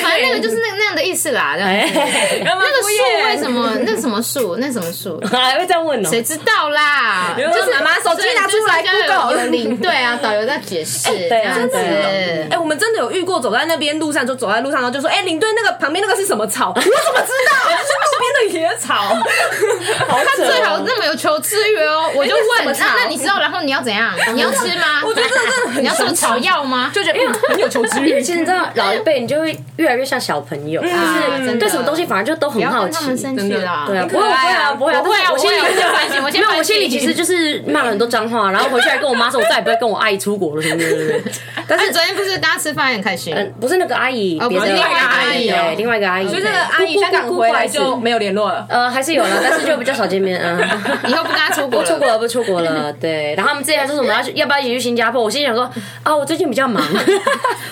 S1: 反正那个就是那那样的意思啦。这样
S2: 哎，
S3: 那
S1: 那
S3: 啊
S1: 个树为什？么？那什么树？那什么树？
S2: 还会这样问哦？
S1: 谁知道啦？
S3: 有没有
S1: 就是
S3: 妈妈手机拿出来
S1: 就是要有
S3: Google
S1: 有理对啊，导游在解释，
S2: 对啊
S1: 这样子
S2: 对啊
S3: 哎、我们真的有遇过，走在那边路上，就走在路上，然后就说：“哎、领队，那个旁边那个是什么草？”我怎么知 道？是路边的野草。
S2: 好
S1: 他
S2: 扯哦
S1: 最好那么有求知欲哦，我就问，
S3: 那什
S1: 那
S3: 么草
S1: 那你知道，然后你要怎样？你要吃吗？
S3: 我觉得 这真的很
S1: 你要吃草药吗？
S3: 就觉得、嗯、很有求知
S2: 因
S3: 欲
S2: 为。其实你知道，老一辈你就会越来越像小朋友，就
S1: 啊真
S2: 是
S1: 的
S2: 对什么东西反而就都
S1: 不
S2: 很
S1: 要
S2: 好
S1: 跟他们
S2: 奇。
S1: 生气啦。
S2: 对啊，
S3: 很
S2: 不
S3: 可
S2: 会
S3: 爱
S2: 啊，
S3: 啊
S2: 不会啊，
S1: 我会啊，
S2: 但是
S1: 我
S2: 我
S1: 会
S2: 心
S1: 啊，我
S2: 里
S1: 先反省，我
S2: 没
S1: 先
S2: 有，
S1: 反省。
S2: 我心里其实就是骂了很多脏话，然后回去还跟我妈说，我再也不会跟我阿姨出国了，什么什么什么。但
S1: 哎，
S2: 是，
S1: 昨天不是大家吃饭也很开心，
S2: 嗯，不是那个阿姨，别的
S1: 不是
S3: 另外一个阿姨
S2: 对，另外一个阿姨。
S3: 所以这个阿姨
S2: 姑姑
S3: 香港
S2: 姑姑
S3: 回
S2: 不好
S3: 来
S2: 意思
S3: 就没有联络了？
S2: 呃，还是有了，但是就比较少见面啊。
S1: 以后不跟他出国
S2: 出
S1: 了。
S2: 国了，不出国了，对。然后他们之前还说什么要去，要不要一起去新加坡？我心想说啊，我最近比较忙，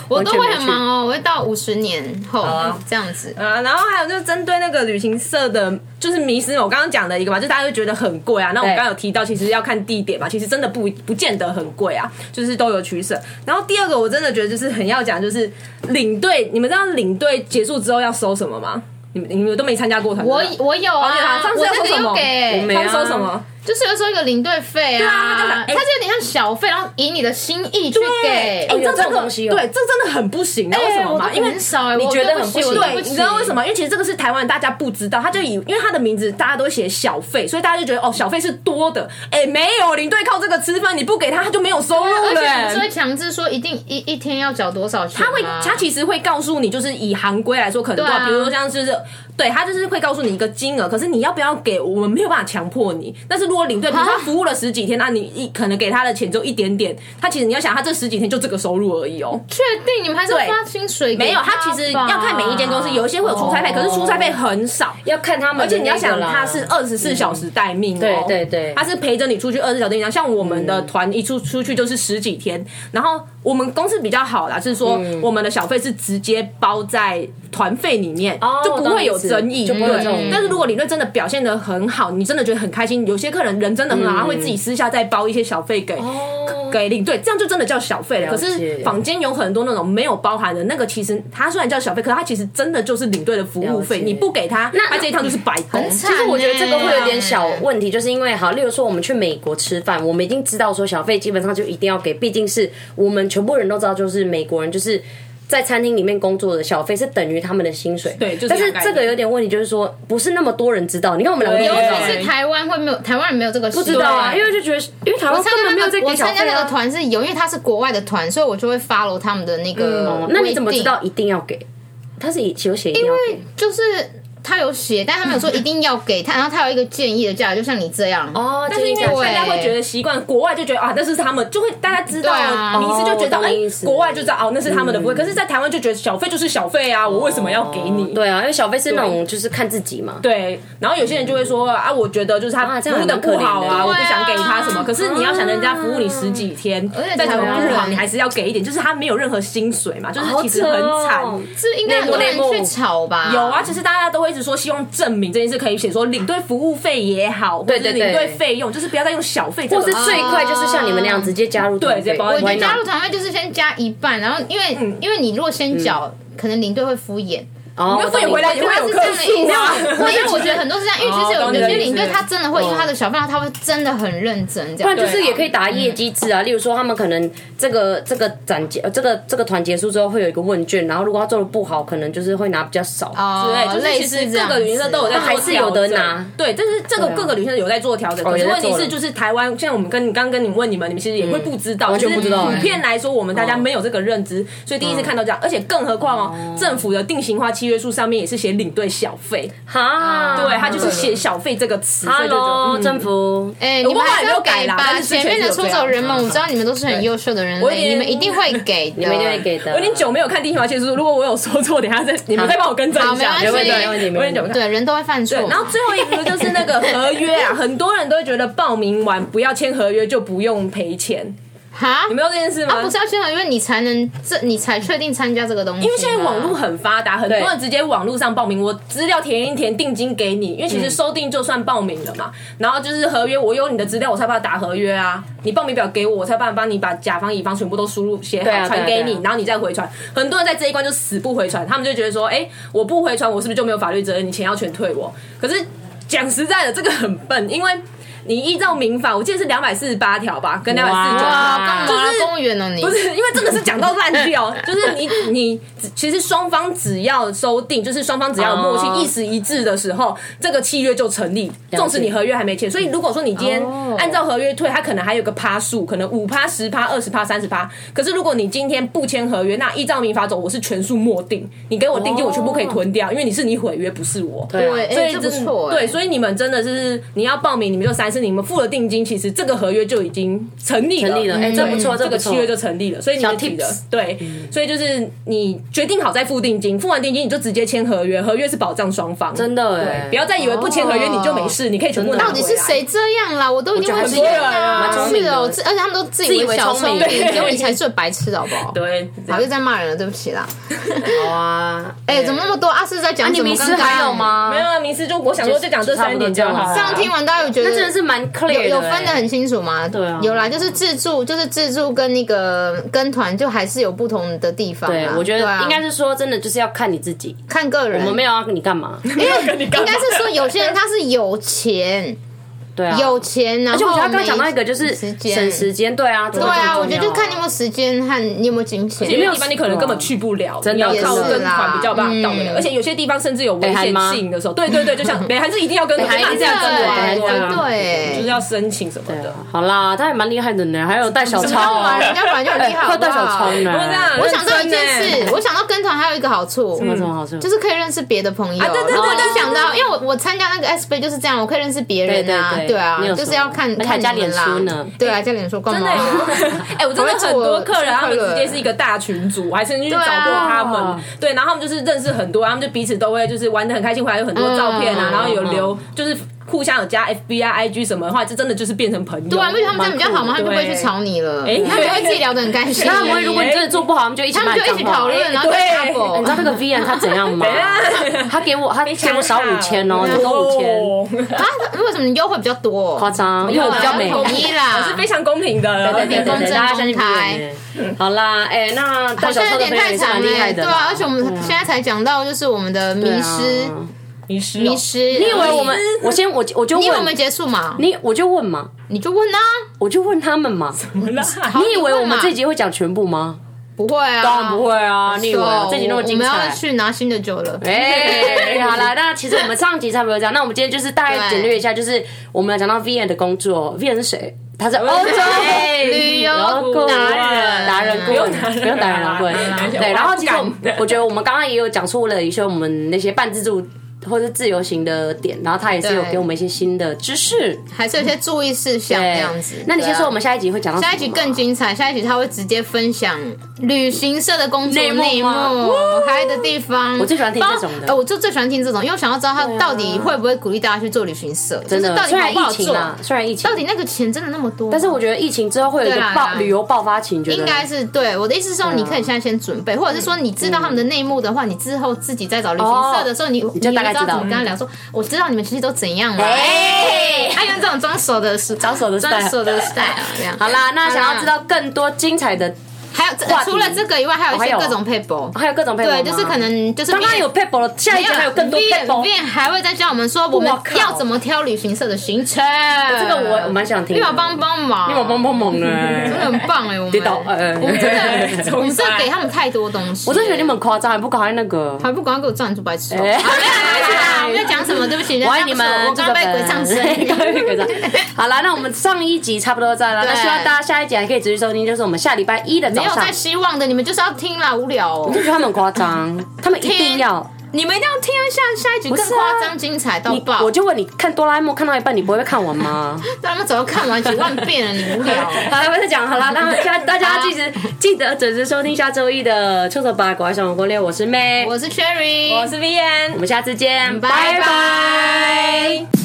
S1: 我都
S2: 完
S1: 会
S2: 全没
S1: 很
S2: 去
S1: 忙哦，我会到五十年后、
S3: 啊
S1: 这样子。
S3: 啊，然后还有就是针对那个旅行社的，就是迷失，我刚刚讲的一个嘛，就大家就觉得很贵啊。那我们
S2: 对
S3: 刚刚有提到，其实要看地点嘛，其实真的不不见得很贵啊，就是都有取舍。然后第二个，我真的觉得就是很要讲，就是领队，你们知道领队结束之后要收什么吗？你们你们都没参加过团，
S1: 我
S3: 对吧
S1: 我有
S3: 哦对
S1: 啊，
S3: 啊上次
S1: 我
S3: 要
S1: 那
S3: 收
S1: 个
S3: 什
S1: 有
S3: 么？啊
S1: 给、
S2: 我没
S3: 他们收什么？
S1: 就是有时候一个领队费啊，
S3: 啊他讲哎
S1: 它就有点像小费，然后以你的心意去给。
S2: 哎
S1: 哎
S2: 有这种东西哦
S3: 对，这真的很不行啊！为什么
S1: 我
S3: 嘛？
S1: 都
S3: 因为
S1: 很少哎、我
S2: 你觉得
S1: 对
S2: 很
S1: 不起
S2: 不
S1: 我
S2: 行
S1: 对
S3: 对，
S1: 不
S3: 你
S1: 起
S3: 知道为什？么？因为其实这个是台湾人大家不知道，他就以因为他的名字大家都写小费，所以大家就觉得哦，小费是多的。哎、没有领队靠这个吃饭，你不给他他就没有收入
S1: 啊而
S3: 了、
S1: 且你是会强制说一定一一天要缴多少钱吗、
S3: 他会，他其实会告诉你，就是以行规来说，可能
S1: 对
S3: 多
S1: 啊
S3: 少，比如说像就是，对他就是会告诉你一个金额，可是你要不要给，我们没有办法强迫你。但是如果领队，比如说他
S1: 啊
S3: 服务了十几天，那你一可能给他的钱就一点点，他其实你要想，他这十几天就这个收入而已哦。
S1: 确定你们还是
S3: 对
S1: 发薪水给
S3: 没有，
S1: 他
S3: 他其实要看每一间公司，有一些会有出差费，可是出差费很少，
S2: 要看他们
S3: 而
S2: 的
S3: 且你要
S2: 那个啦，嗯
S3: 想，他是二十四小时待命、哦
S2: 对对对嗯
S3: 他是陪着你出去二十小时待命。像我们的团一出出去就是十几天，然后我们公司比较好啦，是说
S2: 嗯
S3: 我们的小费是直接包在团费里面，
S2: 哦
S3: 就不会有争议，
S2: 我懂你意思就不会有这种
S3: 对但是如果领队真的表现的很好，你真的觉得很开
S2: 嗯
S3: 心，有些客人人真的很好，他会自己私下再包一些小费给、给领队，这样就真的叫小费了。
S2: 哦了
S3: 可
S2: 解
S3: 是坊间有很多那种没有包含的那个，其实它虽然叫小费，可是它其实真的就是领队的服务
S2: 了解
S3: 费，你不给他，
S2: 那
S3: 他这一趟就是白工。
S1: 很惨
S2: 其实我觉得这个会有点小
S1: 欸
S2: 问题，就是因为好，例如说我们去美国吃饭，我们已经知道说小费基本上就一定要给，毕竟是我们全部人都知道，就是美国人就是。在餐厅里面工作的小费是等于他们的薪水，
S3: 对就是
S2: 但是
S3: 这样概念
S2: 这个有点问题，就是说不是那么多人知道。你看我们两个
S3: 对
S1: 尤
S2: 都不知道
S1: 其是台湾会没有台湾人没有这个不
S2: 不知道
S3: 哎
S2: 啊，因为就觉得因为台湾
S1: 我参
S2: 根本没
S1: 加
S2: 有在
S1: 那个我
S2: 给小
S1: 参加
S2: 费
S1: 那个
S2: 啊。
S1: 团是有，因为他是国外的团，所以我就会 follow 他们的那个、
S3: 嗯
S2: 哦那你怎么知？道一定要给？他是有写一定要给，
S1: 就是他有写，但他没有说一定要给他，然后他有一个建议的价，就像你这样。
S2: 哦，
S3: 但是因为
S1: 对
S3: 大家会觉得习惯，国外就觉得啊，那是他们就会大家知道，
S1: 对啊
S3: 名师就觉得
S2: 哦我懂
S3: 哎
S2: 你意，思嗯
S3: 国外就知道哦，那是他们的服务。可是，在台湾就觉得小费就是小费啊，我为什么要给你？
S2: 哦对啊，因为小费是那种就是看自己嘛，
S3: 对，然后有些人就会说啊，我觉得就是他
S2: 啊
S3: 服
S2: 这样
S3: 务的
S2: 还蛮可
S3: 不好
S2: 怜
S3: 啊，
S2: 的
S3: 我不想给他什
S1: 对
S3: 么。
S1: 啊
S3: 可是你要想，人家服务你十几天
S2: 嗯
S1: 而且，
S3: 在台
S1: 台
S3: 湾
S1: 湾
S3: 不好，
S1: 人
S3: 你还是要给一点，就是他没有任何薪水嘛，就是
S2: 好
S3: 其实
S2: 扯
S3: 很惨。
S2: 哦
S1: 是应该很多人去吵吧？
S3: 有啊，其实大家都会一直说希望证明这件事可以写说领队服务费也好，或
S2: 对
S3: 者是
S2: 对
S3: 领
S2: 对
S3: 队费用，就是不要再用小费这
S2: 或
S3: 个啊
S2: 是
S3: 词。
S2: 最快就是像你们那样直接加入团
S3: 对直接
S2: 费
S3: 包
S1: 哦我觉
S2: why
S1: 得
S2: not？
S1: 加入团费就是先加一半，然后因为、
S3: 嗯
S1: 因为你如果先缴，可能领队会敷衍。
S2: 哦，
S3: 你
S2: 我
S3: 要费
S2: 懂
S3: 回来也
S1: 我
S3: 会
S1: 觉
S3: 有
S1: 得
S3: 客
S1: 他是
S3: 诉
S1: 这样
S3: 啊
S1: 的意思。没有，因为我觉得很多是这样，因为其实
S3: 哦懂
S1: 有
S3: 你
S1: 有
S3: 的
S1: 些
S3: 意思
S1: 领队他真的会因为他的小费，他会真的很认真这
S2: 不
S1: 样
S2: 然。就是
S3: 对
S2: 也可以打业绩制
S1: 嗯
S2: 啊，例如说他们可能这个这个展结呃这个这个团结束之后会有一个问卷，然后如果他做的不好，可能就是会拿比较少。
S1: 哦
S3: 对，就是
S1: 类
S3: 其
S1: 似
S3: 实
S1: 这
S3: 各
S1: 样
S3: 个旅行社
S1: 子
S3: 都有在做
S2: 啊还是有的拿
S3: 调整对，但是这个
S2: 对啊
S3: 各个旅行社有在做调整，可是
S2: 有在
S3: 问题
S2: 做
S3: 是，
S2: 了嗯
S3: 就是台湾，像我们跟你刚刚跟你问你们，你们其实也会不知道，
S2: 完全不知道
S3: 就
S2: 哎嗯
S3: 是普遍来说，我们大家没有这个认知，所以第一次看到这样，而且更何况哦，政府的定型化契约书上面也是写领队小费，
S2: 哈，
S3: 对，它就是写小费这个词，所以就觉得
S2: Hello
S3: 嗯
S2: 政府，
S1: 哎、
S3: 我
S1: 你们
S3: 不管
S1: 还是
S3: 有没有
S1: 要
S3: 改
S1: 给
S3: 啦
S1: 吧。
S3: 但是之
S1: 前
S3: 前
S1: 面
S3: 是
S1: 的
S3: 有
S1: 出
S3: 这
S1: 走
S3: 样
S1: 人们，我知道你们都是很优秀的人
S3: 我
S1: 类，
S3: 有点
S1: 你们一定会给的，
S2: 你们一定会给的。
S3: 我有点久没有看定型化契约书，如果我有说错，等一下再你们再帮我更正一下，
S1: 好没关系
S3: 对
S1: 没
S2: 问题没
S3: 我
S2: 问
S3: 有
S2: 题
S3: 点久没看。
S1: 对，人都会犯错
S3: 对，。然后最后一个就是那个合约 啊，很多人都会觉得报名完不要签合约就不用赔钱，
S1: 哈
S3: 你，没有这件事吗？
S1: 啊，不是要签合约，你才能这你才确定参加这个东西嘛。
S3: 因为现在网络很发达，很多人直接网络上报名，我资料填一填，定金给你。因为
S2: 嗯
S3: 其实收定就算报名了嘛，然后就是合约，我有你的资料，我才把它打合约啊。你报名表给我，我才办法帮你把甲方乙方全部都输入写
S2: 对啊
S3: 好，传
S2: 对啊
S3: 给
S2: 对啊
S3: 你，然后你再回传。很多人在这一关就死不回传，他们就觉得说，哎，我不回传，我是不是就没有法律责任？你钱要全退我。可是讲实在的，这个很笨，因为。你依照民法，我记得是两百四十八条吧，跟两百四十九
S1: 哇，啊干
S2: 啊
S3: 条，
S1: 嘛
S3: 就是
S1: 公务员呢？你
S3: 不是，因为这个是讲到烂 掉，就是你你其实双方只要收订，就是双方只要有默契、
S2: 哦
S3: 意识一致的时候，这个契约就成立。
S2: 解
S3: 纵使你合约还没签，所以如果说你今天
S2: 哦
S3: 按照合约退，它可能还有个趴数，可能五趴、十趴、二十趴、三十趴。可是如果你今天不签合约，那依照民法走，我是全数默定，你给我定
S2: 哦
S3: 金，我全部可以吞掉，因为你是你毁约，不是我。
S2: 对啊
S1: 对，哎
S3: 所以
S1: 这不
S3: 真的
S1: 错哎，
S3: 对，所以你们真的是你要报名，你们就三是你们付了定金，其实这个合约就已经成立了，
S2: 成立了哎
S3: 对
S2: 这不错
S3: 这
S2: 这不
S3: 个
S2: 错
S3: 契约就成立了，所以你
S2: 小
S3: 就记得
S2: tips 嗯
S3: 对，所以就是你决定好再付定金，付完定金你就直接签合约，合约是保障双方，
S2: 真的哦哎
S3: 对，不要再以为不签合约
S1: 哦
S3: 你就没事，你可以全部拿
S1: 到底是
S3: 回来
S1: 谁这样啦？我都已经忘记
S3: 我觉得
S1: 了
S3: 很多人啊
S1: 啦，
S3: 蛮聪
S2: 明
S1: 是
S2: 的
S1: 哦，自而且他们都自
S2: 自以
S1: 以
S2: 为
S1: 为小
S2: 聪
S1: 聪
S2: 明
S1: 明，
S2: 对
S1: 结果你才是白痴，好不好？
S3: 对，
S1: 好，又在骂人了，对不起啦。
S2: 好啊，
S1: 哎，怎么那么多？阿四在讲
S2: 你
S1: 什么？
S2: 迷失还有？吗？
S3: 没有，啊，名师就我想说就讲这三点就好
S2: 差不多这
S3: 了，
S1: 这
S2: 样
S1: 样听完大家有觉
S2: 那
S1: 得
S2: 真的是蛮 clear 的
S1: 有
S2: 欸，
S1: 有分的很清楚吗？对
S2: 啊
S1: 有啦，就是自助，就是自助跟那个跟团，就还是有不同的地方啦。
S2: 对，我觉得
S1: 对啊
S2: 应该是说，真的就是要看你自己。
S1: 看个人，
S2: 我们没有要你干嘛，
S1: 因 为 应该是说有些人他是有 钱，
S2: 对啊。
S1: 有钱，然后
S2: 而且我觉得他刚刚
S1: 没
S2: 讲到一个就是
S1: 时间
S2: 省时间，对啊，对
S1: 对啊，我觉得就看你有没有时间和你有没有金钱。
S3: 因为一般你可能根本去不了，
S2: 真的
S3: 你要靠
S1: 也是
S3: 跟
S1: 啦
S3: 团比较有办法到得了，
S1: 嗯
S3: 而且有些地方甚至有危
S2: 北韩
S3: 险
S2: 吗
S3: 性的时候，对对对，就像北韩是一定要跟，
S2: 韩一定
S3: 这
S2: 这样
S3: 样
S2: 子真的
S1: 对，
S2: 对啊
S1: 真的
S3: 就是
S1: 耶。
S3: 要申请什么的。
S2: 好啦，他也蛮厉害的呢，还有带小
S1: 干
S2: 抄
S1: 嘛？
S2: 啊，
S1: 人家本来就很厉害，
S2: 还
S1: 好
S2: 有
S1: 不
S2: 带小
S1: 好
S2: 抄？呢。
S3: 不是啊
S1: 我想到一件
S3: 认真
S1: 事，
S3: 欸
S1: 我想到跟团还有一个好处，
S2: 有什么好处？
S1: 就是可以认识别的朋友。
S3: 啊对对对
S1: 然后我就
S3: 对
S1: 想到，因为我我参加那个 S 杯就是这样，我可以认识别人啊，
S2: 对对对
S1: 啊
S2: 你有，什
S1: 就
S2: 么
S1: 是要看
S2: 而且还
S1: 看
S2: 加
S1: 你们啦
S2: 脸书呢
S1: 对啊，加脸书干
S3: 真
S1: 嘛
S3: 的？有，哎，我真的很多客人，
S1: 好
S3: 他
S1: 会
S3: 们
S1: 做
S3: 直接是一个大群组，我还曾经去找过他
S2: 对啊
S3: 们，对，然后他们就是认识很多，他们就彼此都会就是玩的很开心，回来有很多照片啊
S1: 嗯，
S3: 然后有留就是互相有加 FB 啊、IG 什么的话，这真的就是变成朋友。
S1: 对啊，因为他们这样比较好嘛，他们
S3: 蛮酷
S1: 就
S3: 的
S1: 不会去吵你了，他们就会自己聊得很开心。
S2: 那他们会，如果你真的做不好，他们就一起
S1: 他
S2: 骂
S1: 们
S2: 你
S1: 就一起
S2: 脏话
S1: 讨论，然后就
S3: 对
S1: c o
S2: 你知道那个 V N 他怎 样吗？
S1: 啊
S2: 他给我他给我少五千哦，你多五千，
S3: 哦
S1: 啊，为什么你优惠比较多？
S2: 夸张，因为我比较美。
S1: 统一
S3: 我
S1: 啦，
S3: 是非常公平的，
S2: 对对对对，大家相信不
S1: 公
S2: 好啦，哎，那带
S1: 好
S2: 小
S1: 像
S2: 抄
S1: 有
S2: 的
S1: 点
S2: 朋友
S1: 太
S2: 也是
S1: 长
S2: 蛮
S1: 了
S2: 厉害
S1: 耶，对
S2: 的
S1: 啊，
S2: 啦，
S1: 而且我们现在才讲到就是我们的迷失，
S2: 对啊
S3: 迷失哦
S1: 迷失，
S2: 你以为我们？我先我我就
S1: 你以为我
S2: 问
S1: 们结束嘛？
S2: 你，我就问嘛，
S1: 你就问啊，
S2: 我就问他们嘛。
S3: 怎么啦？
S2: 你以为我
S1: 问
S2: 们
S1: 嘛
S2: 这集会讲全部吗？
S1: 不会啊，哦
S2: 当然不会啊！你以为啊这集那么精
S1: 我们
S2: 彩
S1: 要？去拿新的酒了。
S2: 哎、好了，那其实我们上集差不多这样。那我们今天就是大概简略一下，就是我们来讲到 Vian 的工作。Vian 是谁？他是
S1: 哦
S2: 欧洲
S3: 哎
S1: 旅游
S2: 顾问
S1: 达人
S2: 达人顾问，不
S3: 不
S2: 用
S3: 用
S2: 达
S3: 达
S2: 人
S3: 人
S2: 了，
S3: 啦
S2: 顾问
S3: 不用达人啦
S2: 对，然后其实我们
S3: 不敢
S2: 我觉得我们刚刚也有讲出了一些我们那些半自助或者自由行的点，然后他也是有
S1: 对
S2: 给我们一些新的知识。
S1: 还是有些注意事项
S2: 对
S1: 这样子。
S2: 那你先
S1: 对啊
S2: 说我们下一集会讲到
S1: 下一
S2: 什
S1: 集
S2: 么
S1: 更精彩，下一集他会直接分享旅行社的工作
S2: 内
S1: 内
S2: 幕
S1: 幕
S2: 吗
S1: 我嗨的地方。
S2: 我最喜欢听这种
S1: 包
S2: 的
S1: 呃，我就最喜欢听这种，因为我想要知道他到底会不会鼓励大家去做旅行社，
S2: 真
S1: 就是
S2: 的，
S1: 到底
S2: 啊虽
S1: 好
S2: 然
S1: 不
S2: 疫
S1: 好做
S2: 情，啊，虽然疫情，
S1: 到底那个钱真的那么多吗？
S2: 但是我觉得疫情之后会有一个
S1: 对啦
S2: 爆
S1: 对啦
S2: 旅游爆发期，你觉得呢？
S1: 应该是对我的意思是说，你可以现在先准
S2: 啊
S1: 备，或者是说你知道他们的内幕的话，你之后自己再找旅行社的时候，你你
S2: 嗯就
S1: 也
S2: 大概知道
S1: 怎么跟他聊说，我知道你们其实都怎样了。
S2: 哎
S1: 哎，他用这种装熟的是
S2: 装熟的 style
S1: 装熟的 style 啊这样。
S2: 好啦，那想要知道更多精彩的，
S1: 还有这
S2: 话题
S1: 除了这个以外，还有一
S2: 还有
S1: 些
S2: 哦
S1: 各种 paper，
S2: 还有各种配合
S1: 对，就是可能就是
S2: 刚刚有 paper 了，下一
S1: 没
S2: 集还有更多
S1: Vian-
S2: paper。
S1: Vian 还会再教我们说我们
S2: 哇靠
S1: 要怎么挑旅行社的行程。这
S2: 这个我我蛮想听
S1: 立
S2: 的
S1: 马帮帮忙，
S2: 因为我帮帮忙
S1: 真
S2: 呢，
S1: 的很棒哎，我们
S2: 跌倒，呃，
S1: 我们真的，我们真
S3: 重
S1: 的
S3: 来
S1: 给他们太多东西。
S2: 我真的觉得你们很夸张，还不搞那个。
S1: 还不赶快给我站住，白痴、哦！
S2: 哎
S1: 啊没有啦没有啦，我们在讲 什么？对不起，人家
S2: 我爱你们，。
S1: 不是我我刚被鬼上身
S2: 刚被鬼上身。好啦，那我们上一集差不多在了，
S1: 对
S2: 那希望大家下一集还可以持续收听，就是我们下礼拜一的 早
S1: 没有
S2: 上
S1: 再。希望的，你们就是要听啦，无聊哦
S2: 我。就觉得他们很夸 张，他们一定要。
S1: 你们一定要听下下一集更
S2: 是啊
S1: 夸张、精彩到
S2: 你
S1: 爆。
S2: 我就问你，看哆啦 A 梦看到一半，你不会看完吗？
S1: 让他们早就看完几万遍了，你无聊 哦。
S2: 好了，不再讲好了，那家大家记得记得准时收听下周一的《臭臭八卦小红攻略》，我是妹，
S1: 我是 Cherry，
S3: 我是 VN，
S2: 我们下次见，
S1: 拜
S2: 拜
S1: 拜
S2: 拜